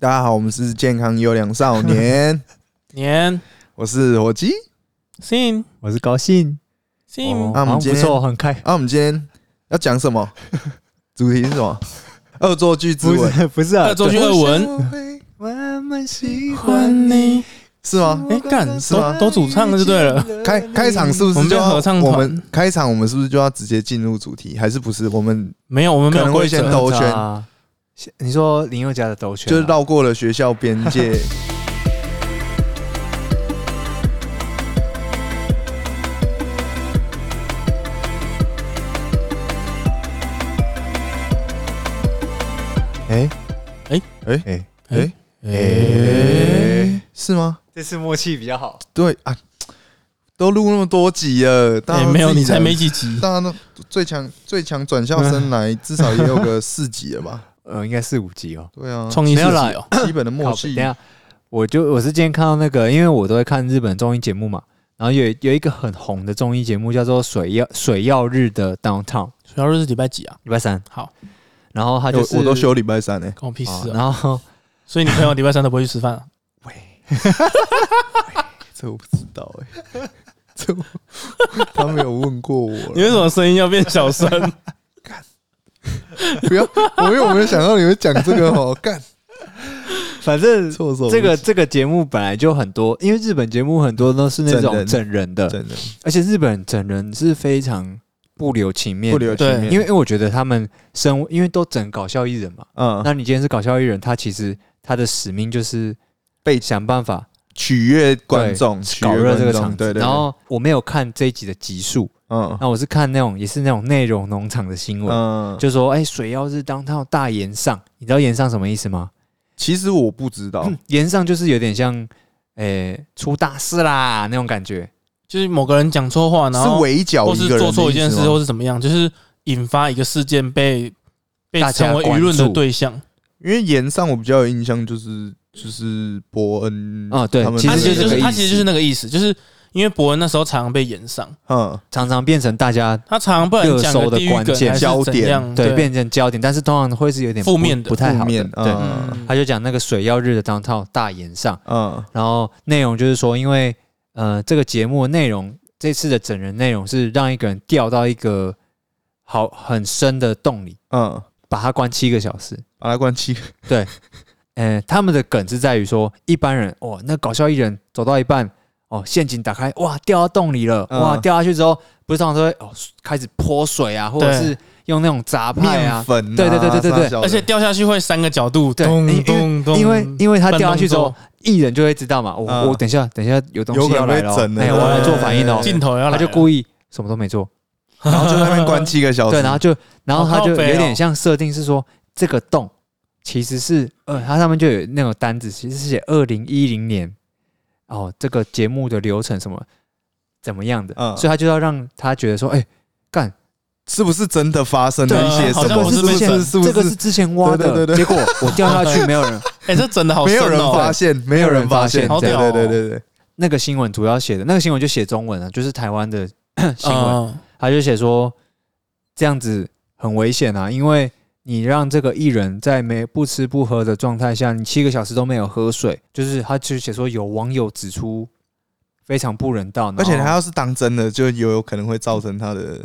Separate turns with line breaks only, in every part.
大家好，我们是健康优良少 年，
年
我是火鸡。
信
我是高兴，
信，
哦
那我们
好像
今
不
天
错，很开，
啊，我们今天要讲什 么？主题是什么？恶作剧之
不
吻。
是 不是啊
恶，作剧二文
文
我们喜
欢你，
是吗？
哎干
是吗
都都主唱就对了，
开开场是不
我
是
们
就
变
要
合唱团
我们开场我们是不是就要直接进入主题？还是不是？我们
没有，我们没
可
有
能会
规
先
则，
兜圈，
啊。你说林宥嘉的兜圈啊，
就是绕过了学校边界。 哎
哎
哎
哎
哎
诶
哎，是吗？
这次默契比较好。
对啊，都录那么多集了，大家
哎，
都
没有，
自己
你才
来
没几集，
大家都最强最强转校生 来，至少也有个四级了吧？
呃，应该是五级哦。
对啊，
创意四
没有啦
集哦，
基本的默
靠
契
北等一下，我就我是今天看到那个，因为我都会看日本综艺节目嘛，然后有有一个很红的综艺节目叫做《水曜水曜日的 Downtown》，
主要是礼拜几啊？
礼拜三。
好，
然后他
我
就是
我都休礼拜三欸呢。
关我屁
哦
事啊！
然后
所以你朋友礼拜三都不会去吃 饭啊？
喂，
这我不知道哎、这我 他没有问过我
你
了，
为什么声音要变小声？
不要，我因为我没有想到你会讲这个哦，干
反正
错手
这个这个节目本来就很多，因为日本节目很多都是那
整
种
人
整人的，
真的
而且日本整人是非常不留情面
不
的，
留情
对
面，
因为因为我觉得他们身因为都整搞笑艺人嘛，
嗯
那你今天是搞笑艺人，他其实他的使命就是
被
想办法
取悦观众，
对
取
搞
悦
热这
观
个
众
场子。
对对对，
然后我没有看这一集的集数，
嗯
那我是看那种也是那种内容农场的新闻，
嗯，就
就说哎、水曜日当套大岩上，你知道岩上什么意思吗？
其实我不知 道，
岩上就是有点像。诶、出大事啦那种感觉，
就是某个人讲错话，然
是
后
围剿
或
一
是
个人
做错
的
一件
意思
事，
吗
或是怎么样，就是引发一个事件被被
大家
成为舆
关
论的
注
对象。
因为岩上我比较有印象就是就是伯恩
哦对
他们
其
他
实
其实就
这
是
个
他
意
其实就是那个意思，就是因为伯恩那时候常常被延上，
嗯
常常变成大家
他常常不然讲
热搜
个
的
地狱梗
关键
还是
焦
怎
点
样，
对变成焦点，但是通常会是有点
负
不
面的
不太
嗯
好
负面
的。对，
嗯
嗯
他就讲那个水曜日的当套大岩上，
嗯
然后内容就是说，因为呃这个节目的内容这次的整人内容是让一个人掉到一个好很深的洞里，
嗯，
把他关七个小时。
把他关七
呃，他们的梗是在于说，一般人哦，那搞笑艺人走到一半，哦，陷阱打开，哇，掉到洞里了，
嗯
哇，掉下去之后，不是通常都会哦开始泼水啊，或者
对
是用那种杂派
面
啊，
粉啊，
对对对对对对
啥小的
而且掉下去会三个角度，
对因
咚
为
咚咚，
因为因为他
慢
掉下去之
动
后
作，
艺人就会知道嘛，我、
嗯
我等一下等一下有东
有
西
可
要
能
来
会
了哦
整，的嗯
哎、我要来做反应哦
对，
镜头要来
他
了，
就故意什么都没做，
然后就在那边关七个小时，
对，然后就然后
好
他就
靠
有
北哦
点像设定是说这个洞其实是呃，它上面就有那种单子，其实是写二零一零年哦，这个节目的流程什么怎么样的，
嗯
所以他就要让他觉得说，哎、干，
是不是真的发生了一些什
对好
么？
像
哦是
我
不
被
之
整
前
是是不
这个是
是
之前挖的，
对对对对
结果我掉下去没有人，
哎，这整的好
没
深
有人发
哦，
现？ 没有人发现，
没
对
有人发现好屌哦
对对对对，
那个新闻主要写的那个新闻就写中文啊，就是台湾的 新闻，
嗯
他就写说这样子很危险啊，因为你让这个艺人在没不吃不喝的状态下，你七个小时都没有喝水，就是他就写说有网友指出非常不人道，
而且他
然后
要是当真的，就有有可能会造成他的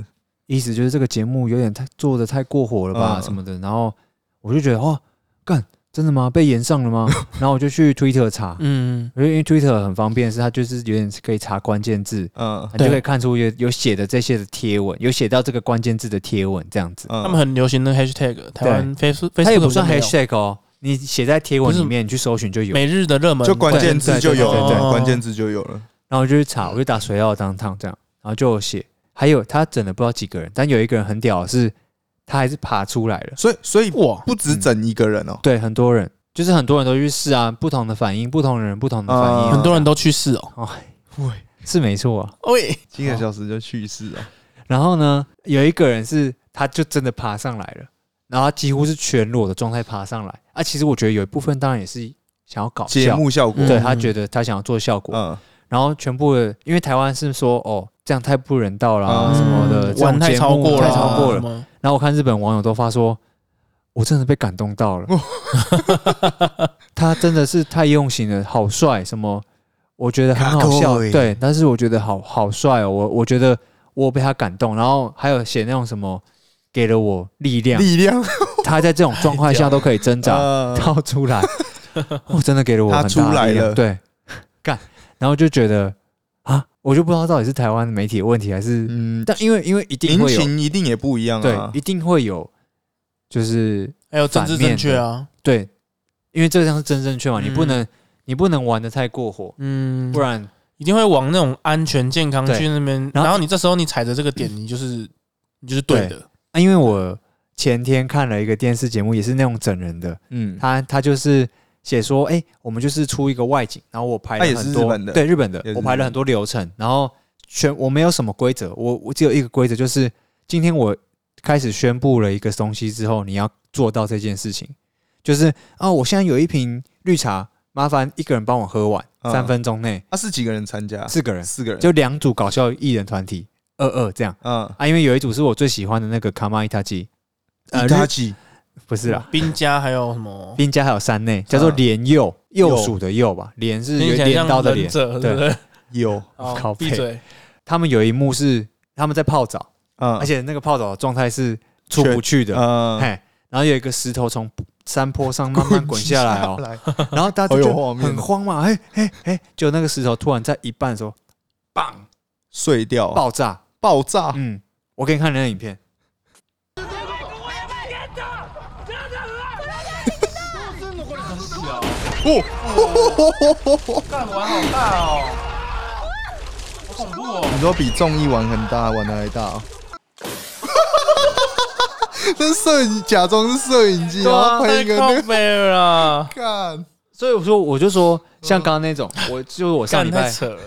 意思就是这个节目有点太做的太过火了吧、
嗯
什么的，然后我就觉得哇，干真的吗？被延上 了吗？然后我就去 Twitter 查，
嗯，
因为因为 Twitter 很方便，是它就是有点可以查关键字。
嗯
你就
对
可以看出有有写的这些的贴文，有写到这个关键字的贴文这样子。
嗯，
他们很流行的 hashtag，台湾 Facebook，
它也不
Facebook
算
就没有
hashtag 哦，你写在贴文里面，你去搜寻就有。
每日的热门
就关键字就有
对对
对
了，
对
关键字就有了。
然后我就去查，我就打水药当烫这样，然后就有写。还有他整了不知道几个人，但有一个人很屌的是，他还是爬出来了。
所以所以
哇，
不止整一个人哦，
对，很多人就是很多人都去试啊，不同的反应，不同的人不同的反应
嗯
啊，
很多人都去世哦，
是没错啊。
喂，
七个小时就去世啊！
然后呢，有一个人是他就真的爬上来了，然后他几乎是全裸的状态爬上来。啊，其实我觉得有一部分当然也是想要搞
节
笑，
目效果，
对
嗯
他觉得他想要做效果，
嗯
然后全部的，因为台湾是说哦，这样太不人道啦、
嗯
什么的，这种
玩太
节目
超过了，啊嗯
太超过
什。
了
么
然后我看日本网友都发说，我真的被感 动到了。他真的是太用心了，好帅！什么？我觉得很好笑，
Kakoi
对，但是我觉得好好帅哦。我我觉得我有被他感动，然后还有写那种什么，给了我力量。
力量
他在这种状况下都可以挣扎
呃
跳 出来，我真的给了我
他
很大
出来
的力量
了
对， 干，然后就觉得啊，我就不知道到底是台湾媒体有问题还是，
嗯，
但因为因为一定
民
会有，
情一定也不一样
对
啊，。
一定会有，就是
还有政治正确啊，
对，因为这像是真正确嘛，你不
嗯
能你不能玩的太过火，
嗯，
不然
一定会往那种安全健康去那边，
然后
然后你这时候你踩着这个点，你就是你就是对的，
啊，因为我前天看了一个电视节目，也是那种整人的，
嗯，
他他就是写说，哎、我们就是出一个外景，然后我排了
他也是
很多，
日本的
对日本的
也是，日
我
本
排了很多流程，然后全我没有什么规则，我我只有一个规则，就是今天我开始宣布了一个东西之后，你要做到这件事情，就是啊、我现在有一瓶绿茶，麻烦一个人帮我喝完，
嗯
三分钟内，
他是几个人参加？
四个人，
四个人，
就两组搞笑艺人团体，二二这样
嗯，
啊，因为有一组是我最喜欢的那个卡玛伊塔基，呃，
伊
日
达基，
不是啦。
兵家还有什么？
兵家还有山内，叫做
嗯
连右，右属的右吧，连是
听起来
镰刀
像
的
忍
连。
者，对不对？
有，
哦
靠背
闭嘴，
他们有一幕是他们在泡澡，
嗯，
而且那个泡澡的状态是出不去的，
嗯，
嘿，然后有一个石头从山坡上慢慢滚下来哦，
来，
然后大家
好有
就
画面哦
很慌嘛，哎哎哎，就那个石头突然在一半的时候，砰
碎掉，爆
爆炸，
爆炸，
嗯，我给你看那个影片，
哦，
干玩好大哦，好恐怖哦！
你说比综艺玩很大，玩的还大哦。 这是摄影假装是摄影机，
对
然
啊，
后拍
太
一个
靠
那个
背了啊啦，
干，
所以我说我就说嗯像刚刚那种，我就是我上
干
礼
太
拜，
扯了，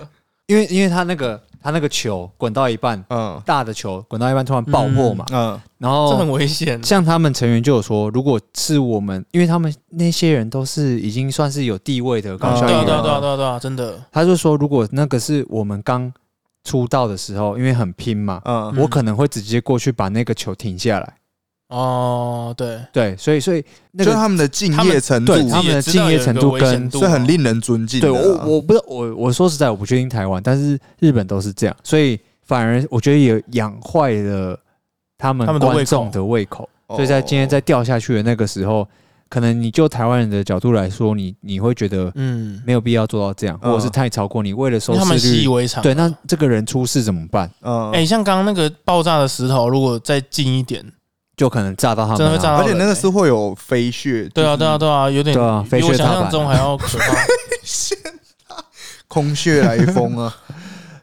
因为因为他那个他那个球滚到一半，
嗯
大的球滚到一半突然爆破嘛，
嗯，
然
这
后
很危险。
像他们成员就有说，如果是我们，因为他们那些人都是已经算是有地位的搞笑
对
艺
啊，
人，
对啊，对啊，对啊，对啊，真的，
他就说，如果那个是我们刚出道的时候，因为很拼嘛，
嗯，
我可能会直接过去把那个球停下来。
哦，对，
对，所以所以那
就是
个
他们的敬
他们
业程度
对
自己
他们的
也知道
敬业
有一
程
个
度
危险
跟
度啊
是
嘛
很令人尊敬的
对
啊。
我我不知道我我说实在我不确定台湾，但是日本都是这样，所以反而我觉得也养坏了他们
他们的胃口
观众的胃口。
哦
所以在今天在掉下去的那个时候，可能你就台湾人的角度来说，你你会觉得
嗯，
没有必要做到这样，
嗯
或者是太超过你为了
因
收
为他们
视
习以
率。
为常。啊
对，那这个人出事怎么办？
嗯，
哎，像刚刚那个爆炸的石头，如果再近一点，
就可能炸到他们啊，
真的会炸到
而
人欸。
且那个是会有飞屑，
对啊，
就是
对啊，对啊，有点
对啊
比
飞
我
雪
想
踏
象
板啊
中还要可怕。
空穴来风啊，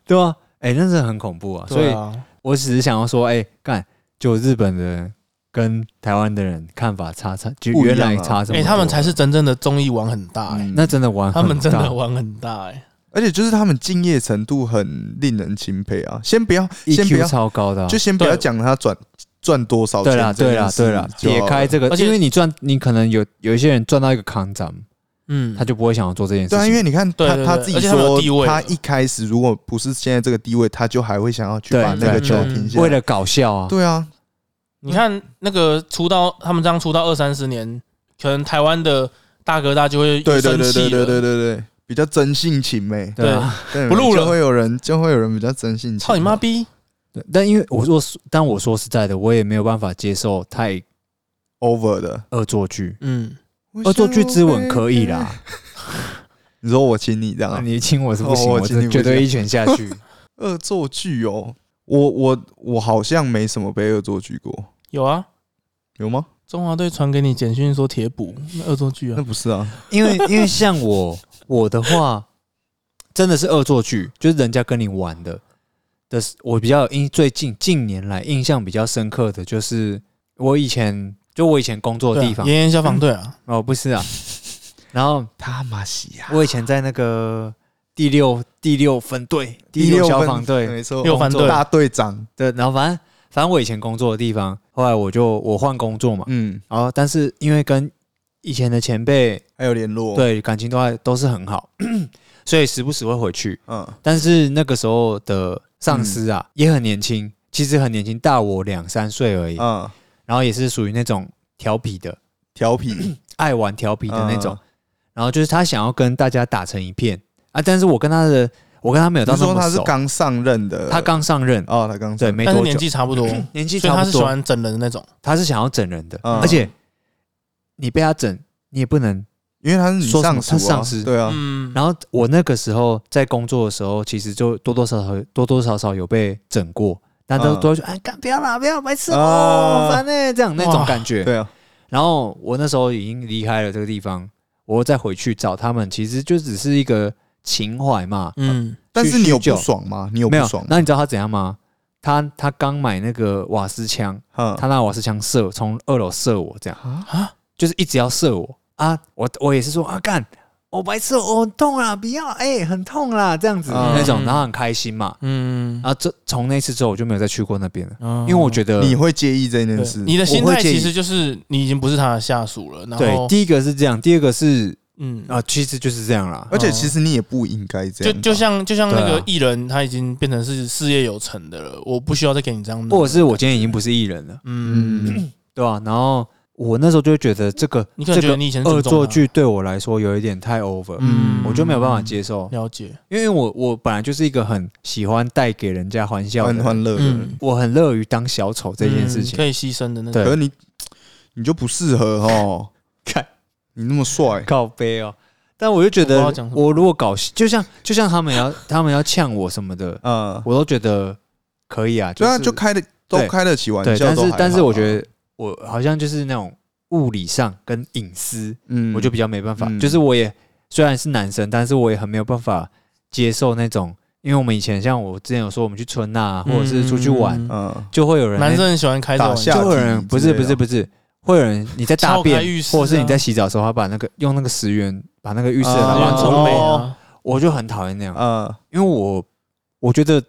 对啊，哎、那是很恐怖啊。所
对
以
啊，
我只是想要说，哎、干，就日本的人跟台湾的人看法差差，就
不一
原
样啊
来差这么
哎，
多
他们才是真正的综艺玩很大，哎，
嗯
那真的玩很大，
他们真的玩很大，哎，
而且就是他们敬业程度很令人钦佩啊。先不要，先不
EQ
要，
超高的啊、
就先不要
对
讲他赚赚多少钱
对啦，
这
对
件
啦，
事
对啦，
就好了，
撇开这个，
而且
因为你赚，你可能有有一些人赚到一个康涨，
嗯
他，就不会想要做这件事
对
情。
啊，因为你看
对
他
对
他
对
自己
而且他们有地
说，
位
他
了
一开始如果不是现在这个地位，他就还会想要去
对
把那个
对
球
对
停下来。
为了搞笑啊，
对啊，
你看那个出道，他们这样出道二三十年，可能台湾的大哥大就会
对对
生
对对
气
对对对
了。
对，对比较真性情呗。
对啊。
对
不录了
就会有人就会有人比较真性情。
操你妈！逼！
对但因为我说，但我说实在的，我也没有办法接受太
，over 的
恶作剧。
嗯，
恶作剧之吻可以。啦，
你说我请你这样啊，
你亲我是不行，
哦我
我
亲你
真
不
绝对
行
一拳下去。
恶作剧哦，我我我好像没什么被恶作剧过，
有啊，
有吗？
中华队传给你简讯说铁补那恶作剧
那
啊，
不是啊，
因为因为像我我的话，真的是恶作剧，就是人家跟你玩的的是。我比较有印最近近年来印象比较深刻的就是我以前就我以前工作的
对啊
地方、
炎炎消防队啊，
哦，不是啊，然后
他妈西呀，
我以前在那个第六第六分队第六
六
消
分
防队
没错，
六分队
大队长，
对，然后反正反正我以前工作的地方，后来我就我换工作嘛，
嗯，
然后但是因为跟以前的前辈
还有联络，，
对，感情都还都是很好， 所以时不时会回去。
嗯
但是那个时候的上司啊，也很年轻，其实很年轻，大我两三岁而已。
嗯
然后也是属于那种调皮的，
调皮
爱玩调皮的那种
嗯。
然后就是他想要跟大家打成一片啊，但是我跟他的，我跟他没有
你
到
是
那
说
么
他是
熟，
刚上任的，
他刚上任，
哦，他刚上
对，
任
没
但是
多
年
久，嗯
纪差不多，
年纪
所以
差
他
不
是喜
多，
欢整人的那种。
他是想要整人的，
嗯
而且你被他整，你也不能。
因为他是你
说什
上
么
司啊，
他上司
对啊，
嗯，
然后我那个时候在工作的时候，其实就多多少少多多少少有被整过，但都
嗯
都会说哎，干不要啦，不要白痴哦，
啊
好烦呢，这样那种
哇
感觉。
对啊，
然后我那时候已经离开了这个地方，我再回去找他们，其实就只是一个情怀嘛。
嗯，
但是你有
叙旧
不爽吗？你有不
没有
爽？吗？
那你知道他怎样吗？他他刚买那个瓦斯枪，
嗯
他拿瓦斯枪射，从二楼射我，这样
啊，
就是一直要射我啊！我我也是说啊，干，我、白痴，我、很痛啊，不要，哎、很痛啦，这样子、
嗯
那种，然后很开心嘛。
嗯，
啊，这从那次之后我就没有再去过那边了，
因
因为我觉得
哦你会介意这件
对
事？
你的心
我
态
会介意
其实就是你已经不是他的下属了，然
对
哦
后
第一个是这样，第二个是
嗯，
啊，其实就是这样啦。
而且其实你也不应该这
就
样吧，
就像就像那
对
个
啊
艺人，他已经变成是事业有成的了，我不需要再给你这样弄了，
或者是我今天已经不是艺人了，
嗯，
嗯，
对吧、然后我那时候就会觉得这个
你可能
这
觉得
个
你以前是
恶
尊重啊
作
他，
剧对我来说有一点太 over，、
嗯，
我就没有办法接受，
了解，
因为我我本来就是一个很喜欢带给人家欢笑的
很
人，
欢乐的。
嗯，
我很乐于当小丑这件事
嗯
情。
可以牺牲的那种，
对
嗯
可是你你就不适合哦，
看
你那么帅，
靠背哦，但我就觉
我不知道
得
讲什么
我如果搞，就像就像他们要他们要呛我什么的，
嗯，
我都觉得可以啊，
对啊，
是
就开的
对
都开得起玩
对，
笑，
但
都还
是
好
但是我觉
啊，
得我好像就是那种物理上跟隐私。
嗯
我就比较没办法，
嗯
就是我也虽然是男生，但是我也很没有办法接受那种，因为我们以前像我之前有说，我们去村啊，或者是出去玩，哎
嗯
嗯，
就会有人
男生很喜欢开这种玩
打
笑
架
就会有
下
人
体
不
之
是
类
不
的
是不是，会有人你在大
撬开
便
浴室啊
或者是你在洗澡的时候，他把那个用那个十元把那个浴室的
啊
打
乱
乱
冲
冲，
臭
哦
美啊，
我就很讨厌那样，
嗯，
因为我我觉得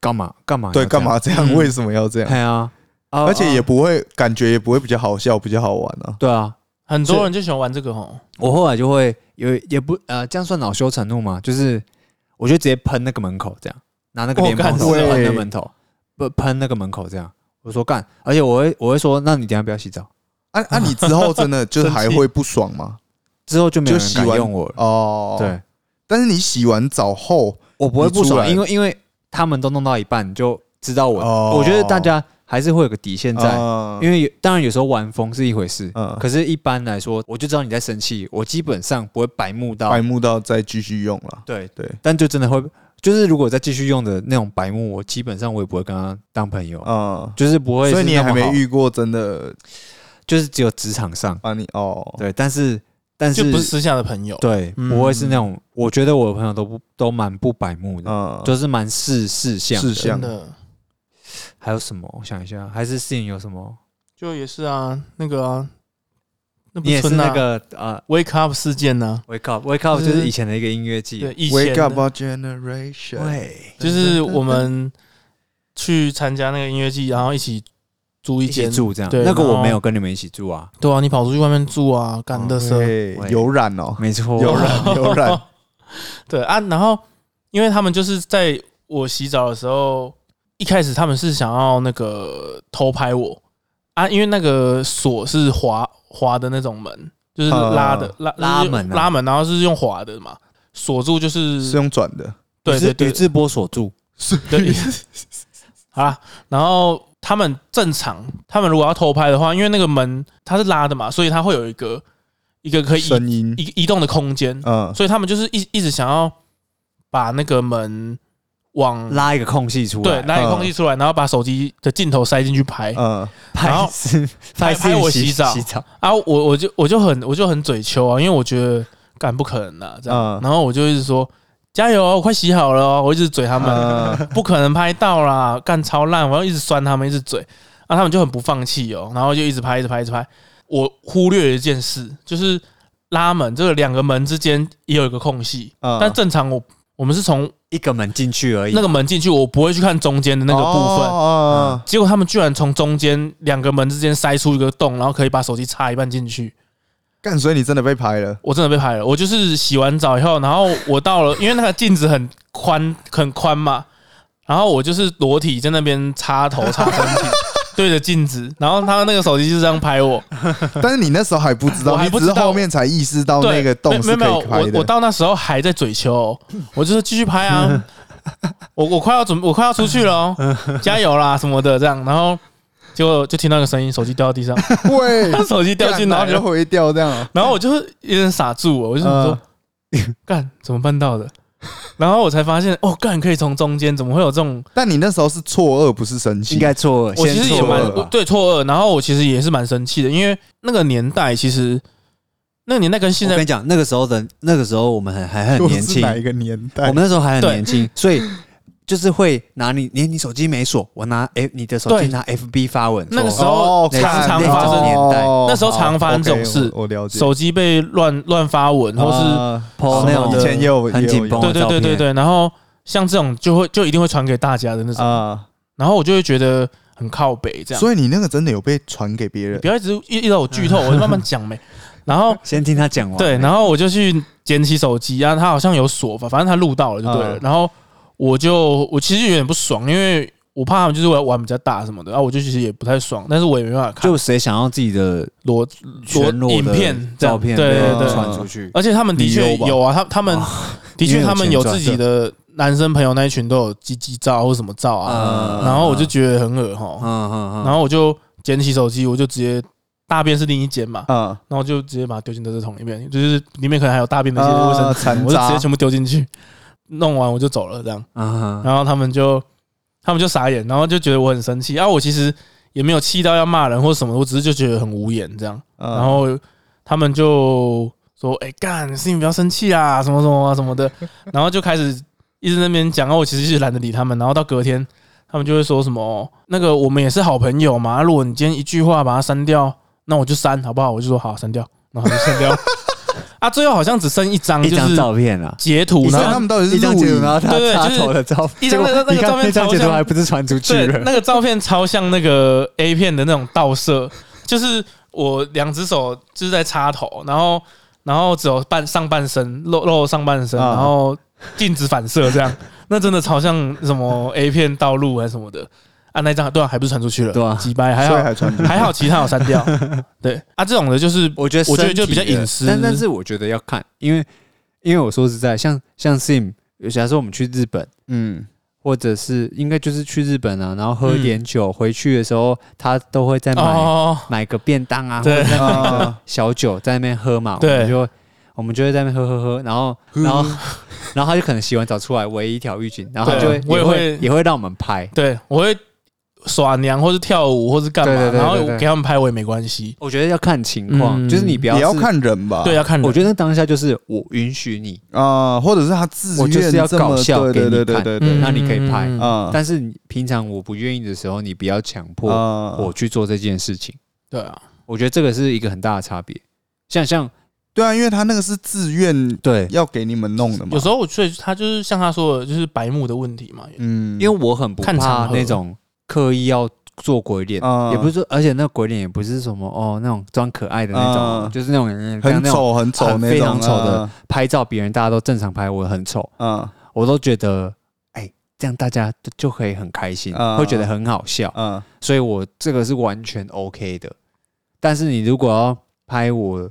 干嘛干嘛要
对，
这
干
样？
嘛这样？
嗯
为什么要这样？
哎呀，啊
哦
而且也
啊
不会感觉也不会比较好笑，比较好玩啊。
对啊，
很多人就喜欢玩这个吼，
我后来就会有也不呃，这样算恼羞成怒吗？就是我就直接喷那个门口，这样拿那个
哦
脸盆
干
头
是哦
喷那门头，不喷那个门口这样。我说干，而且我会我会说，那你等一下不要洗澡，
啊 啊，你之后真的就是
生气
还会不爽 吗？
之后就没有人
就洗
敢
完
用我了。
哦，，
对，
但是你洗完澡后，
我不会不
你出
爽，
来
因为因为他们都弄到一半就知道我，
哦
我觉得大家还是会有个底线在。
嗯
因为有当然有时候玩疯是一回事，
嗯
可是一般来说，我就知道你在生气，我基本上不会白目到
白目到再继续用了，
对
对
但就真的会，就是如果再继续用的那种白目，我基本上我也不会跟他当朋友，
嗯，
就是不会。
所以你也还没，遇过真的
就是只有职场上
把你哦，
对，但是但
就是不是私下的朋友，
对，
嗯
不会是那种，我觉得我的朋友都不都蛮不白目的，
嗯，
就是蛮事事项的。
事项
真的。
还有什么？我想一下，还是事情有什么？
就也是啊，那个啊，那不
你也是
村啊
那个呃
Wake Up 事件呢、
，Wake Up，Wake Up
就是
就是以前的一个音乐季
对，，以前
Wake Up 啊
的
Our Generation，
对，
就是我们去参加那个音乐季，然后一起租一
一起
间，
住这样。
对
那个
然
我
后
没有跟你们一起住啊，
对啊，你跑出去外面住啊，干
哦
的色，
对
喂
有染哦，
没错，
有染 有染，
对啊，然后因为他们就是在我洗澡的时候，一开始他们是想要那个偷拍我啊，因为那个锁是滑滑的那种门，就是拉的、拉
拉门啊
拉门，然后是用滑的嘛，锁住就是
是用转的，
对对
宇
对
智波所住，
对， 好啦，然后他们正常，他们如果要偷拍的话，因为那个门它是拉的嘛，所以它会有一个一个可以移
声音，
移移动的空间，
嗯，
所以他们就是一一直想要把那个门往
拉一个空隙出
嗯
来，
对拉一个空隙出来，然后把手机的镜头塞进去拍。
嗯，
然
拍
后
是
拍
是
拍我
洗
洗澡
洗澡，
啊，我我就我就很我就很嘴求啊，因为我觉得干不可能啊，这样，
嗯
然后我就一直说加油哦，快洗好了哦，我一直嘴他们，
嗯
不可能拍到啦，干超烂，我要一直酸他们，一直嘴，啊，他们就很不放弃哦，然后就一直拍，一直拍，一直拍。我忽略了一件事，就是拉门这个两个门之间也有一个空隙，
嗯
但正常我我们是从
一个门进去而已。
那个门进去，我不会去看中间的那个部分。
哦
嗯
结果他们居然从中间两个门之间塞出一个洞，然后可以把手机插一半进去。
干，所以你真的被拍了，
我真的被拍了。我就是洗完澡以后，然后我到了，因为那个镜子 很 宽很宽嘛，然后我就是裸体在那边擦头擦身体，对着镜子，然后他那个手机就这样拍我，
但是你那时候还不知道，
我还
你
不
只是
知道
后面才意识到
对，
哦那个洞
没
是
没
可
有
以
没
开
有，我我
的。
到那时候还在嘴求哦，我就是继续 拍啊，我我快要准我快要出去了哦，
嗯
加油啦什么的这样，然后结果就听到一个声音，手机掉到地 上，
喂，
他手机 掉进
然
来
后就
了，
回掉这样啊。
然后我就是有点傻住了，我就想说
嗯，
干怎么办到的，然后我才发现哦干可以从中间，怎么会有这种？
但你那时候是错愕，不是生气
应。该错愕，
我其实也
先错愕
蛮
吧
我对错愕，然后我其实也是蛮生气的，因为那个年代其实那个年代跟现
我
在
跟你讲，那个时候的那个时候我们很还很
我
年
是
轻，
哪一个年代？
我们那时候还很
对
年轻，所以就是会拿你，你你手机没锁，我拿 F 你的手机
对
拿 FB 发文，
那个
说
时候
哦
那
常
是
常
那
发
种
生
年代
哦
那时候常发生这种
OK，
事
我我了解。
手机被乱乱发文，或是
啊
po
什
那
么
种
的
以前也有
很紧绷
对
的
对
照
对对
片，
对，然后像这种就会就一定会传给大家的那种，
啊，
然后我就会觉得很靠北这样。
所以你那个真的有被传给别人
不，要一直一一直让我剧透，我就慢慢讲没。然后
先听他讲完，
对，然后我就去捡起手机啊，他好像有锁吧，反正他录到了就对了
嗯。
然后我就我其实有点不爽，因为我怕他们就是玩玩比较大什么的，啊，我就其实也不太爽，但是我也没办法看
就谁想要自己的
裸裸
全裸
影
的
片这样
照片
对
啊
对
被
对，
传出去，
而且他们的确
旅游吧
有啊，他他们
哇
的
因
确
为有
他们有
钱赚
自己的男生朋友那一群都有鸡鸡照或什么照啊，
嗯
然后我就觉得很恶哈，
嗯嗯
然后我就捡起手机，我就直接大便是另一间嘛，
啊
然后就直接把它丢进垃圾桶里面，就是里面可能还有大便的一些卫生纸，
啊残
我就直接
渣
全部丢进去，弄完我就走了这样，
嗯嗯，
然后他们就他们就傻眼，然后就觉得我很生气，啊，我其实也没有气到要骂人或什么，我只是就觉得很无言这样。
嗯
然
啊
后他们就说：“哎、干，事情不要生气啊，什么什么啊什么 的。”然后就开始一直在那边讲，然后我其实就懒得理他们。然后到隔天，他们就会说什么：“那个我们也是好朋友嘛，啊如果你今天一句话把它删掉，那我就删好不好？”我就说：“好，删掉。”然后他就删 掉。啊，最后好像只剩一张，
一
就
张
是
照片啊。
截图，
你
然
说
后
他们到底是
一张
录
截图，
影
然后他
对对
插
就是
头的照
一
片，
张那个那个
你看
照片
那张
超
截图
像
还不是传出去
对，
了？
那个照片超像那个 A 片的那种倒射，就是我两只手就是在插头，然后 然后只有半上半身露露上半身，
啊
然后镜子反射这样， 那真的超像什么 A 片道路还是什么的。啊，那一张对啊，还不是传出去了，
对啊
几百还
所以
好
还传出去
还好，其他有删掉。 对啊，这种的就是
我觉得
我觉得
身体
就比较
的
隐私
但但是我觉得要看，因为因为我说实在，像像 Sim，假如说我们去日本，
嗯，
或者是应该就是去日本啊，然后喝点酒，回去的时候他都会再买、
嗯哦，
买个便当啊，或
对
者再买个
啊
小酒在那边喝嘛，
对嗯
我们就我们就会在那边喝喝喝，然 后 然后然后他就可能洗完澡出来围一条浴巾，然后他就会
对我也
也
会
会也会让我们拍。
对我会耍娘或是跳舞或是干嘛，
对对对
然后
对对
给他们拍我也没关系。
我觉得要看情况，
嗯
就是你不要
也要
是。
看人吧？
啊
对，要看人啊
我觉得当下就是我允许你，
啊，或者是他自
我就是要
愿这
搞
么
笑
对
给
对
你
对
看
对对对
嗯
那你可以拍
嗯
啊
但是你平常我不愿意的时候，你不要强迫
啊
我去做这件事情。
对啊，
我觉得这个是一个很大的差别。像像
对啊，因为他那个是自愿
对，
要给你们弄的嘛。
有时候我所以他就是像他说的，就是白目的问题嘛。
嗯，
因为我很不
看
怕
场合
那种刻意要做鬼脸，
啊
也不是说，而且那鬼脸也不是什么哦那种装可爱的那种，
啊
就是那种嗯像
很
那种
丑很丑
很
那种，啊
非常丑的拍照，别人大家都正常拍，我很丑，
嗯，
我都觉得哎。这样大家就就可以很开心，
啊
会觉得很好笑，
嗯
所以我这个是完全 OK 的。但是你如果要拍我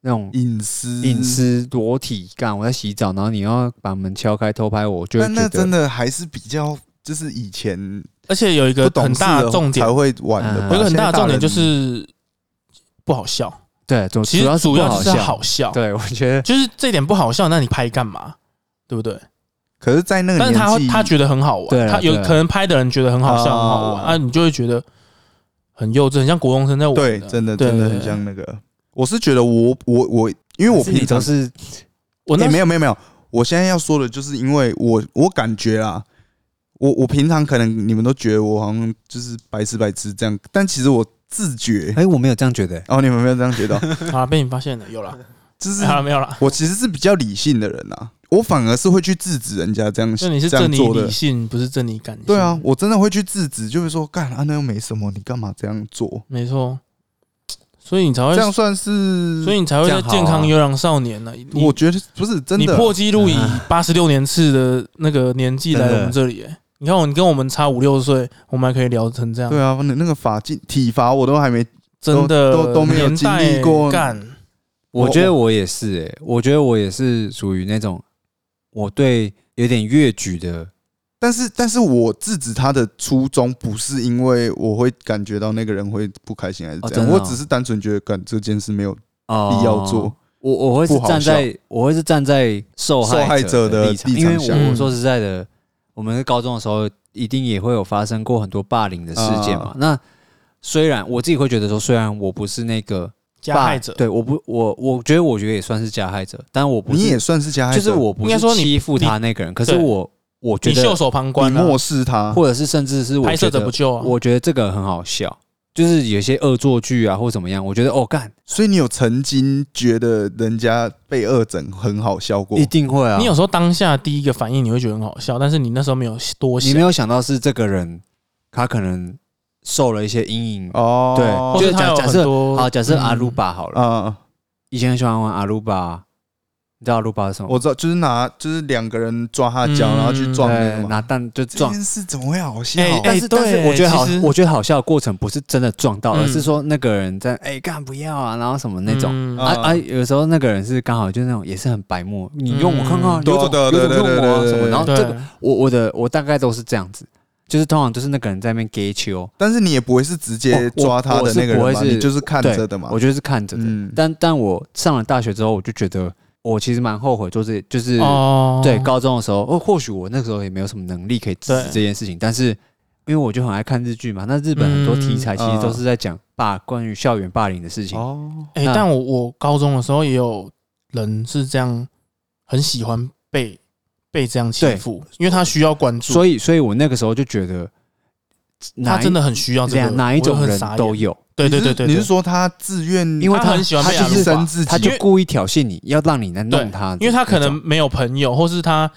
那种
嗯，隐私
隐。私裸体干，我在洗澡，然后你要把门敲开偷拍我，我就会
但
觉
那
得
真的还是比较，就是以前
而且有一个
不懂哦
很
事
大的
的
重点
才，会玩的
嗯
吧，
有一个很大的重点就
现在
是不好笑。
对，主
其
哦主要
实
是
主
不
要
好
就是
笑，
好笑，
对我觉得
就是这点不好笑，那你拍干嘛？对不对？
大人，可是，在那个
但是他
年纪
他觉得很好
对
玩，
啊
他有
对啊
可能拍的人觉得很好笑、很好玩
啊
啊，你就会觉得很幼稚，很像国中生在玩的。
对，真的
对
真的很像那个。我是觉得我我我，因为我
还是你
平
都
常
是
我那
欸
时
没有没有没有，我现在要说的就是因为我我感觉啦，我我平常可能你们都觉得我好像就是白痴白痴这样，但其实我自觉，
哎，我没有这样觉得，
哦，你们没有这样觉得 哦，
啊被你发现了，有了，
就是
啊没有了。
我其实是比较理性的人啊，我反而是会去制止人家这样
就你是
这
正
样
你
做
理
的。
性，不是正你感性。
对啊，，我真的会去制止，就是说，干啊，那又没什么，你干嘛这样做？
没错。所以你才会
这，样算是，
所以你才会
这
在
样好啊
健康优良少年呢、
啊
你
我觉得不是真
你
的。啊
破纪录以八十六年次的那个年纪来我们这里、欸，你看我，你跟我们差五六岁，我们还可以聊成这样，
对啊，那那个法纪体罚我都还没，
真的
都都没有
年代
经历过
干，
我觉得我也是、欸，我觉得我也是属于那种我对有点越矩的，
但是但是我制止他的初衷不是因为我会感觉到那个人会不开心还是
哦
怎样，
真的哦
我只是单纯觉得干这件事没有
哦
必要做。。
我我会是
不好
站在我会是站在受害
受害者的
立场，
立
因
场
为
下
我
嗯
我说实在的，我们高中的时候一定也会有发生过很多霸凌的事件嘛
啊。
那虽然我自己会觉得说，虽然我不是那个
加
霸
害者，
对，我不我我觉得我觉得也算是加害者，但我不是
你也算是加害者，
就是我不
应该说
是
你
欺负他那个人，可是
对
我我觉
你袖
得，
手旁
你
观啊，
漠视他，
或者是甚至是我
拍
觉
摄者
得
不，救啊，
我觉得这个很好笑，就是有些恶作剧啊或怎么样，我觉得哦干
所以你有曾经觉得人家被恶整很好笑过
一？定会啊，
你有时候当下第一个反应你会觉得很好笑，但是你那时候没有多
你
想
没，有想到是这个人，他可能受了一些阴影。
哦，
或
对
是他有
就是假假
很
设
多
好，假设阿鲁，
嗯
巴好了，
啊、
以前很喜欢玩阿鲁巴，你知道阿鲁巴是什么？
我知道，就是拿就是两个人抓他的脚，
嗯
然后去撞那
对
个，嘛。
哎拿蛋就
这
撞。
件事怎么会好笑？
哎
但是但是
对
我觉得好
其实，
我觉得好笑的过程不是真的撞到，
嗯
而是说那个人在哎干不要啊，然后什么那种。
嗯
啊
嗯
啊！有时候那个人是刚好就是那种也是很白目，你用我看看，
嗯
有种
对啊
有
对啊
种
对啊
用我啊
对啊
什么。
对啊
然后
对
这个我我的我大概都是这样子，就是通常就是那个人在那边给球，
但是你也不会是直接
我
抓他的那个人嘛，
我是不会是
你就是看
对
着的嘛。
我就是看着的。
嗯，
但但我上了大学之后，我就觉得我其实蛮后悔做这，就是、
哦，
对高中的时候，哦，或许我那时候也没有什么能力可以支持
对
这件事情，但是因为我就很爱看日剧嘛，那日本很多题材其实
嗯
都是在讲霸、关于校园霸凌的事情。
哦，
哎、
那
但我我高中的时候也有人是这样，很喜欢被被这样欺
对
负，因为他需要关注，
所以，所以我那个时候就觉得，哪
他
一
真的很需要这
两
啊
个，
哪一
我
种
会很
人
傻眼
都，有，
对对对对
你是你
对
是说他自愿？
因为
他很喜欢
他
被
就
他
牺
是
牲自己，
他就故意挑衅你，要让你来弄他
因为他可能没有朋友，或是他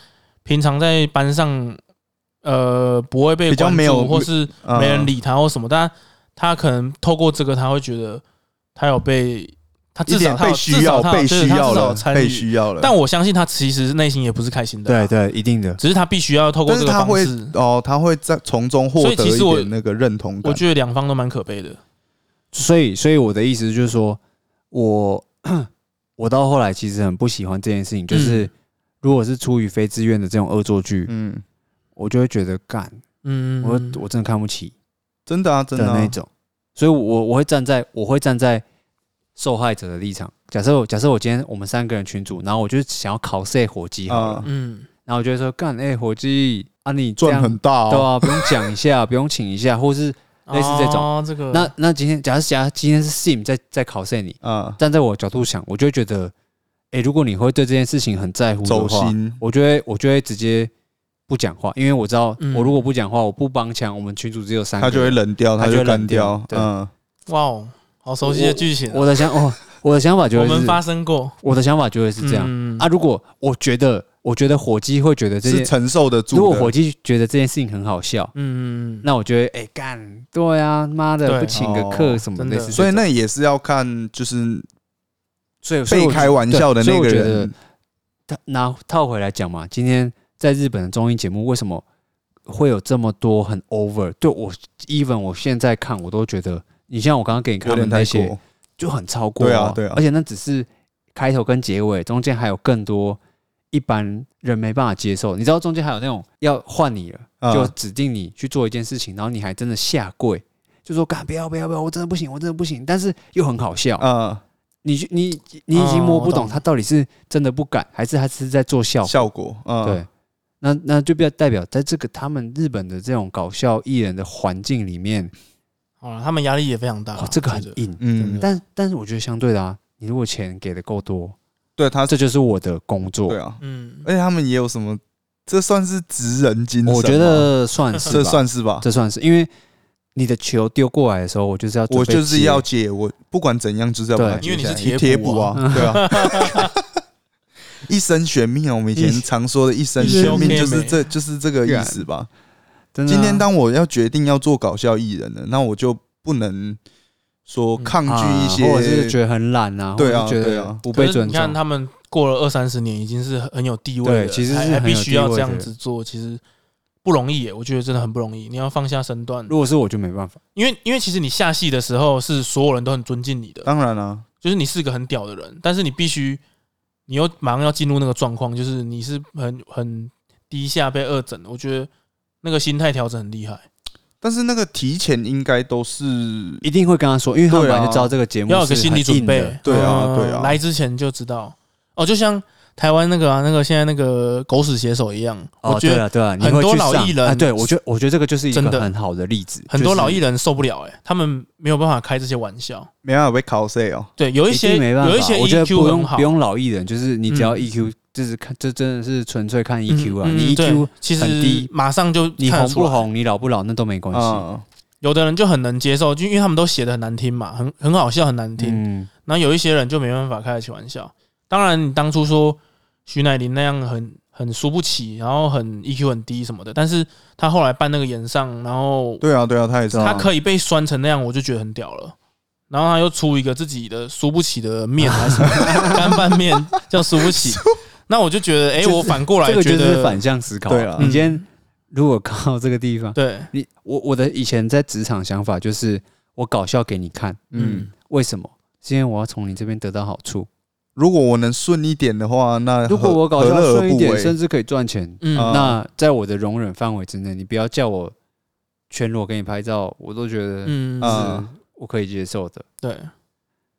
平常在班上呃不会被
比较
关注
没有
或是
嗯
没人理他或什么，但他可能透过这个，他会觉得他有被他
一
至少
点
他有
被需要，
至少他有
被
就是
需
他
要
至少
了
有，参
被
与。
需要了。
但我相信他其实内心也不是开心的啊、
对对，一定的。
只是他必须要透过
但
这
是
个
他
方
会
式。
哦，他会在从中获
所以
得
其
一
实我
点那个认同
我
感。
觉得两方都蛮可悲的。
所以，所以我的意思就是说，我 我到后来其实很不喜欢这件事情，就是、如果是出于非自愿的这种恶作剧，
嗯，
我就会觉得干，
嗯，
我我真的看不起
真的啊，
的
真的啊
那种，所以我我会站在我会站在受害者的立场。假设我假设我今天我们三个人群组，然后我就想要考试哎火鸡好了，
啊，
嗯，
然后我就会说干哎、火鸡啊你这
赚
样
很大
对
哦。
啊，不用讲一下，不用请一下，或 是类似这种
哦，这个
那那今天假设假设今天是 Sim 在在考试你，
啊，
站在我的角度想，我就会觉得，哎、如果你会对这件事情很在乎
走
的话，
心
我就会我就会直接不讲话，因为我知道
嗯
我如果不讲话，我不帮腔，我们群主只有三
他
个人，
就会冷掉，
他
他
就会
就干
冷掉
掉。
对
嗯，
哇哦，好熟悉的剧情啊，
我的想哦，我的想法就
我
会
们
是，
发生过
我的想法就会是这样、
嗯
啊。如果我觉得，我觉得火鸡会觉得这
是
件，
承受得
如
住
果火
的。
鸡觉得这件事情很好笑，
嗯嗯嗯，
那我就会哎干，对啊，妈的，
对
不请个客
哦
什么
真
类
的
似这种，
所以那也是要看，就是
所以所以
被
我觉
开玩
对
笑的
所以
那
我
个
觉得
人，
他拿套回来讲嘛，今天在日本的综艺节目为什么会有这么多很 over？对我，even 我现在看我都觉得，你像我刚刚给你
有
看的
点
那
太
些
过。
就很超过、
对啊对啊
而且那只是开头跟结尾，中间还有更多一般人没办法接受。你知道中间还有那种要换你了，
啊
就指定你去做一件事情，然后你还真的下跪，就说干不要不要不要，我真的不行，我真的不行，但是又很好笑。
啊，
你去你你已
嗯
经摸
哦
不
我
懂
懂
他到底是真的不敢，还是他是在做效果。
效果啊，
对，那那就表代表在这个他们日本的这种搞笑艺人的环境里面，
好了，他们压力也非常大
哦，，这个很
真的
硬。
真
啊嗯，
的
但但是我觉得相对的啊，你如果钱给的够多，
对，他
这就是我的工作。
啊对啊，
嗯，
而且他们也有什么，这算是职人精神吗，
我觉得 算是吧
这算是吧，
这算是，因为你的球丢过来的时候，我就是要准
我
备
就是
接
要解，我不管怎样就是要把它
对
解
因为你
下来
是
铁
铁
补
补
啊
啊，
对啊。 一生悬命啊！我们以前常说的“一生悬命”
一
就
生
是
悬
这就是这个意思吧。
真的啊
今天当我要决定要做搞笑艺人了，那我就不能说抗拒一
啊或者
些
是觉得很懒啊，
对啊
或者是觉
对
得
啊
不
可
被
是
尊
你
重
看。他们过了二三十年，已经是很有地位的，
对其实是
还
很有
还必须要
地位
这
的
样子做，其实不容易耶，我觉得真的很不容易。你要放下身段，
如果是我就没办法，
因为因为其实你下戏的时候是所有人都很尊敬你的，
当然啊啦、
就是你是个很屌的人，但是你必须，你又马上要进入那个状况，就是你是很很低下被二诊的，我觉得那个心态调整很厉害，
但是那个提前应该都是
一定会跟他说，因为他们
对
本
啊
来就知道这个节目
要有个
哎是
心
很
理准
硬的
备。
对啊
嗯
对啊
来之前就知道哦，就像台湾那个啊，那个现在那个狗屎写手一样，
哦，
我觉
对
得
了对了，你
很
会
多
去
老
上
艺人
啊对我觉得我觉得这个就是一个
真的
很好的例子，
很多老艺
人
人受不了，哎，他们没有办法开这些玩笑。
没办法被 cos 哦。
对，有一些
没办法，
有一些
我觉得
EQ
不用
很好
不，用老艺人，就是你只要
嗯
EQ，就是看这真的是纯粹看
嗯
EQ 啊，
嗯
你
对
EQ
其实
很低
马上就
你
看得
红
出
不
来。
红，你老不老那都没关系。
嗯，
有的人就很能接受，就因为他们都写的很难听嘛，很很好笑，很难听。
嗯，
然后有一些人就没办法开得起玩笑。当然，你当初说徐乃麟那样很很输不起，然后很 EQ 很低什么的，但是他后来办那个演上，然后
对啊，对啊，他也是啊。
他可以被酸成那样，我就觉得很屌了。然后他又出一个自己的输不起的面还是什 么干拌面，叫输不起。那我就觉得，哎，
就是
我反过来
这个就
觉
是
得
反向思考啊。
对啊
你今
嗯
天如果靠这个地方，
对，
你我我的以前在职场想法就是，我搞笑给你看，
嗯，
为什么？是因为我要从你这边得到好处。
如果我能顺一点的话，
呃
那
如果
何
我搞笑
何乐而
顺一
不
点，
为
甚至可以赚钱，
嗯
啊
那在我的容忍范围之内，你不要叫我全裸给你拍照，我都觉得是
嗯
啊
我可以接受的。
对，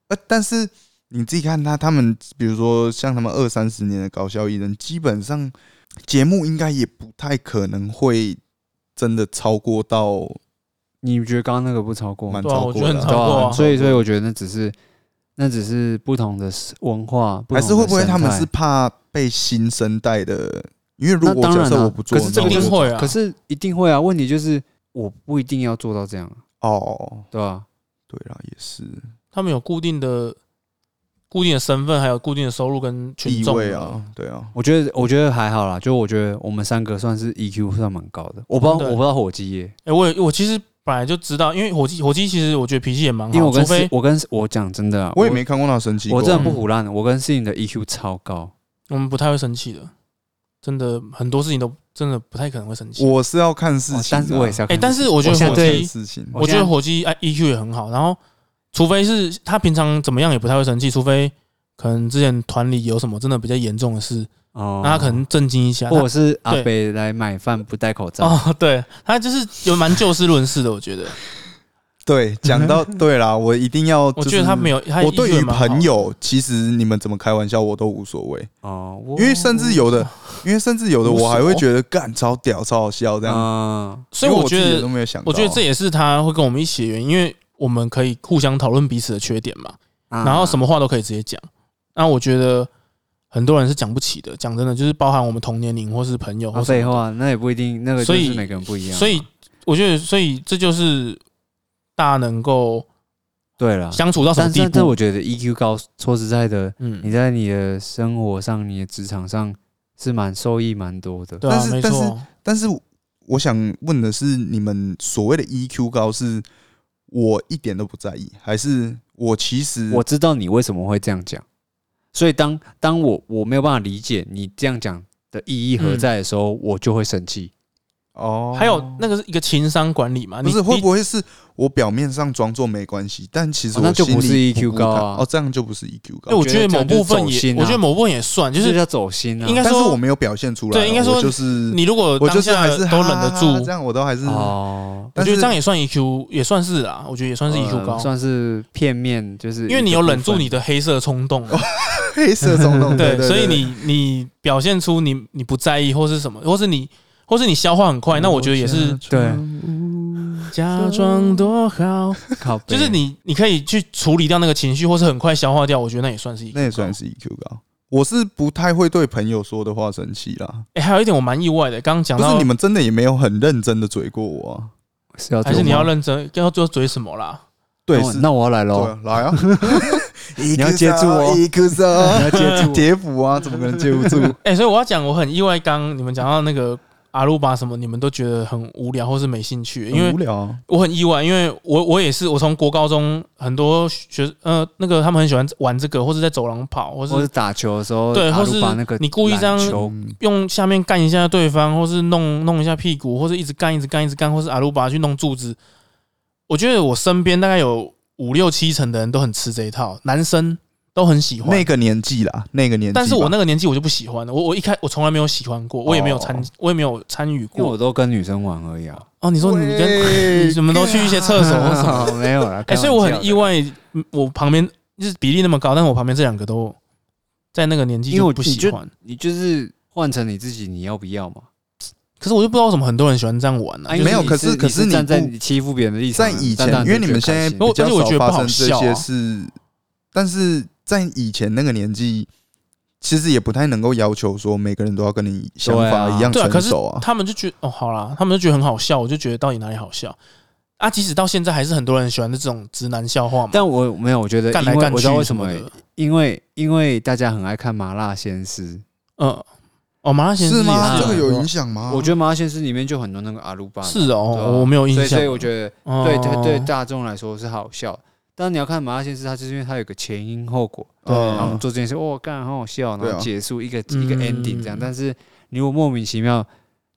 呃，但是你自己看他，他们比如说像他们二三十年的搞笑艺人，基本上节目应该也不太可能会真的超过到
你觉得刚刚那个不超过吗
蛮？
对啊
超
我
过
觉得
的
很
啊，
超过啊
所以所以我觉得那只是那只是不同的文化，不
还
同
是
的
会不会
生
他们
态
是怕被新生代的？因为如
那
果
当
假
然
设
了
我不做，
可是这
那
个
一
我
就
定
是
会啊。
可是一定会啊，问题就是我不一定要做到这样 啊，
哦，
对吧、啊
对了，也是
他们有固定的、固定的身份，还有固定的收入跟群
地
众
位
了
啊。，对啊，
我觉得我觉得还好啦，就我觉得我们三个算是 EQ 算蛮高的，我不知道
真
我
的
不知道火鸡耶，
哎、我也我其实本来就知道，因为火鸡火鸡其实我觉得脾气也蛮
因为
好，
我
除
跟
非
我跟我讲真的啊，
我也没看过他生气过
我我真的
啊。
不胡乱，我跟摄影的 EQ 超高，
我们不太会生气的，真的很多事情都真的不太可能会生气。
我是要看事情啊，
哦但是我也是要
哎、
看，
但是我觉
我
得
现在
火
对
看
鸡，
事情。
我觉
现
得
在
火鸡哎 EQ 也很好，然后除非是他平常怎么样也不太会生气，除非可能之前团里有什么真的比较严重的事，
哦
那他可能震惊一下。
或
他
者是阿
对
北来买饭不戴口罩，
哦，对他就是有蛮就事论事的，我觉得，
对，讲到对啦，我一定要。
我觉得他没
有。
有，他
我对
EQ 也
于
蛮好的
朋友，其实你们怎么开玩笑我都无所谓，
哦，我
因为甚至有的，因为甚至有的
哦无所
我还会觉得干超屌、超好笑这样。
嗯，
所以
因为
我
我自
觉
己也
得
都没有想到啊，
我觉得这也是他会跟我们一起的原因，因为我们可以互相讨论彼此的缺点嘛，
啊
然后什么
么
话都可以直接讲。那我觉得很多人是讲不起的，讲真的，就是包含我们同年龄或是朋友
啊
或什么
啊废
的
话，那也不一定，那个就
所以
是每个人不一样啊，
所以我觉得，所以这就是大家能够
对
啊
了，
相处到什么
但
地
是但
步
我。觉得 EQ 高，说实在的，你
嗯，
在你的生活上、你的职场上是蛮受益蛮多的。
对啊
但，是
没
但是
错，
但是我想问的是，你们所谓的 EQ 高，是我一点都不在意，还是我其实
我知道你为什么会这样讲，所以当当我我没有办法理解你这样讲的意义
嗯
何在的时候，我就会生气。
哦，
还有那个是一个情商管理嘛，
不
你
是会
你
不会是我表面上装作没关系，但其实
哦
我
那就
心
不是
里
E
EQ
不
高
太
啊
哦，这样就不是 EQ
哎，
高
我。觉得某部分
我觉得这样就是走
也，
心啊
我觉得某部分也算，就
这
是
叫走心啊！
应该
但是
说
我没有表现出来啊，
对应该说
我就是
你如果
我
当
就是
下
还是
都
哈
忍
哈
得
哈
住
这，样我都还是
哦，
我
但
觉
是
得这样也算 EQ，也算是啦，我觉得也算是 EQ
呃
高，
算是片面，就是
因为你有忍住你
的
的黑色冲动啊，
黑色冲 动，
对，
哦对，
所以你你表现出你你不在意或是什么，或是你或是你消化很快，
嗯
那我觉得也是
对
假装多好，
靠背，
就是你你可以去处理掉那个情绪，或是很快消化掉，我觉得那也算是一个。
那也算是 EQ 高。我是不太会对朋友说的话生气啦，
哎、还有一点我蛮意外的，刚刚讲
不
到
是你们真的也没有很认真的嘴过我啊。
是要
还是
做
你
吗
要认真，要做嘴什么啦？
对
那，我
是
那我要来
对
喽，
啊，来 啊！你
要接住哦
，EQ
你
三
要接住 我
铁斧啊，怎么可能接不住？
哎、所以我要讲，我很意外，刚你们讲到那个阿鲁巴什么，你们都觉得很无聊或是没兴趣， 因为
很无聊啊，
我很意外，因为我我也是，我从国高中很多学呃那个他们很喜欢玩这个，或是在走廊跑，或
或
是
是打球的时候，
对
阿
或
鲁
是
把那个
你故意这样
篮球
嗯
用下面干一下对方，或是弄弄一下屁股，或是一直干一直干一直干，或是阿鲁巴去弄柱子。我觉得我身边大概有五六七成的人都很吃这一套，男生都很喜欢
那。个年纪啦，那个年纪吧，
但是我那个年纪我就不喜欢了，我我一开我从来没有喜欢过，我也没有参
哦
我也没有参与
因为我
过。
都跟女生玩而已啊。
哦，你说你跟
跟
你怎么都去一些 厕所或什么？
没有啦，
哎、
开玩
所以我很
笑
意外，嗯我旁边就是比例那么高，但我旁边这两个都在那个年纪
因为
就
我
不喜欢。
你就是换成你自己，你要不要嘛？
可是我就不知道为什么很多人喜欢这样玩呢、就
啊
是
因为
没有
你
可是可是
你
你
站在
不
你欺负别人的立场
在
嗯
啊，
以
但
前
当然，
因为
就
你
觉
们
得
现在
开心
不
比较
而且我觉
少
得
发
不好
生这
笑
些
啊
事，但是在以前那个年纪，其实也不太能够要求说每个人都要跟你想法一样
对啊，可
成
是
熟啊。
他们就觉得哦，好啦，他们就觉得很好笑，我就觉得到底哪里好笑啊？即使到现在还是很多人喜欢这种直男笑话嘛。
但我没有，我觉得
干
因
来
为
干
我
去
知道为
什
什
么
么，欸
的，
因为因为大家很爱看《麻辣鲜师》，
嗯，哦，麻辣鲜师
是吗？
也
这
是
个有影
响，
响吗？
我觉得《麻辣鲜师》里面就很多那个阿鲁巴嘛，
啊是哦，
对啊
我没有印
所
象。哦
以所以我觉得
得
对对对，大众来说是好笑。但你要看《麻辣鲜师》，它就是因为它有个前因后果，
对
然后做这件事，哦，干好好笑，然
对
后
啊
结束一个
嗯
一个 ending 这样。但是你如果莫名其妙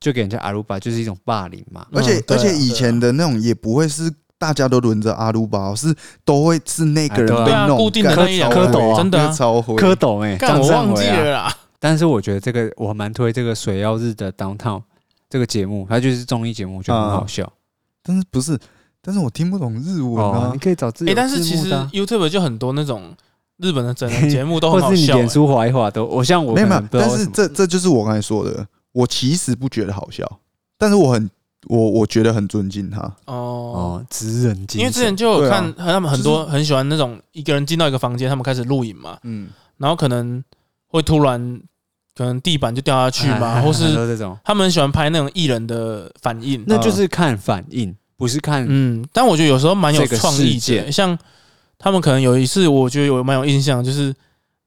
就给人家阿鲁巴，就是一种霸凌嘛。
而且、
嗯对啊
而且以前的那种也不会是大家都轮着阿鲁巴，是都会是那个人
啊
被
对
啊
弄
固定的
干
那一两
超
个
灰
真的啊
那超灰。
蝌蚪哎，
干
张
我
善
忘记
伟啊。
了啦。哎
但是我觉得这个我蛮推这个水曜日的 Downtown 这个节目，它就是综艺节目，我觉得很好笑。
但是不是？但啊是我听不懂日文
哦
啊，
你。可以找自己
哎、。但是其实 YouTube 就很多那种日本的整人节目都
啊或
很好
是你
笑、
脸
欸。
书划一划都，我像我
没有没
可能
有，
不知道
但
为
是
什么
这这就是我刚才说的，我其实不觉得好笑，但是我很我我觉得很尊敬他。
哦，
哦，职人精神
因为之前就有
对啊
看、他们很
就
多很喜欢那种一个人进到一个房间，他们开始录影嘛，
嗯，
然后可能会突然可能地板就掉下去 嘛，或
很
是
多这种，
他们很喜欢拍那种艺人的反应。
哎那就是看反应，不是看
嗯，但我觉得有时候蛮有
这个
创意
事件
的，像他们可能有一次，我觉得有蛮有印象，就是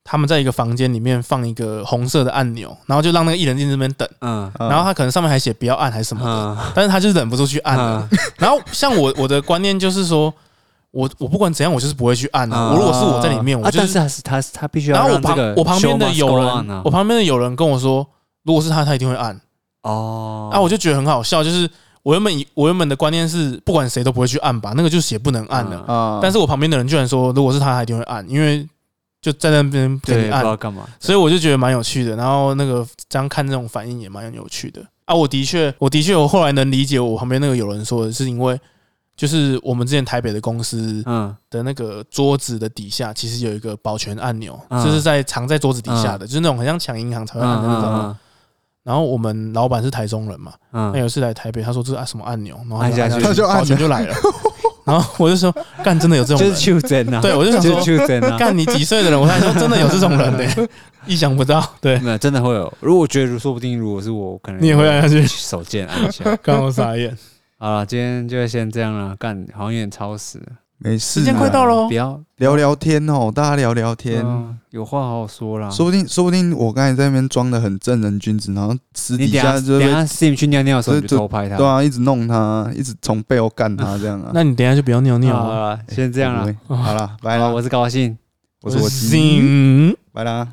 他们在一个房间里面放一个红色的按钮，然后就让那个艺人进这边等，
嗯
嗯
然后他可能上面还写不要按还是什么的，
嗯
但是他就是忍不住去按啊了。
嗯
然后像我我的观念就是说，我我不管怎样，我就是不会去按啊。我如果是我在里面，
嗯啊
我就
但
是。
是他是他他必须要
然后我
让这
旁
个
我旁边的
show must
有
go
人
on 啊，
我旁边的有人跟我说，如果是他，他一定会按。
哦，
啊，我就觉得很好笑，就是我原本以我原本的观念是，不管谁都不会去按吧，那个就写不能按的。
嗯
啊，
但是我旁边的人居然说，如果是他，他一定会按，因为就在那边给
对，
你
不知
按
道，干嘛，
所以我就觉得蛮有趣的。然后那个这样看这种反应也蛮有趣的啊。我的确，我的确，我后来能理解我旁边那个有人说的是因为，就是我们之前台北的公司
嗯
的那个桌子的底下，其实有一个保全按钮，
嗯
就是在藏在桌子底下的，就是那种很像抢银行才
嗯
会按的哎那种。
嗯
然后我们老板是台中人嘛，
嗯哎
那
嗯，
有一次来台北，他说这是啊按什么按钮，然后
按下去
他就按了
保全就来了，然后我就说干，真的有这种
就
人
是。求真 啊，
对我就想
就
说
是求真啊，
干你几岁的人？我才说真的有这种人呢、意想不到。对
没有真的会有，如果我觉得说不定如果是我，我可能
你也会按下去
手贱按 一下。
刚我傻眼。
好了，今天就先这样了，干好像有点超时了， 嗯
没
时
事
间
啊，
快到了哦
不要
聊聊天哦，大家聊聊天，
嗯有话好好说啦。
说不定说不定我刚才在那边装的很正人君子，然后私
你
底
等下
下就
等
被
下 Sim 去尿尿的时候你就
就
偷拍他，
对啊，一直弄他，一直从背后干他这样啊。
那你等一下就不要尿尿
好
了。
了，啊先这样了
会。不会好了，拜
哎好，
了，
我是高兴。
我是我鸡，
信。
拜啦。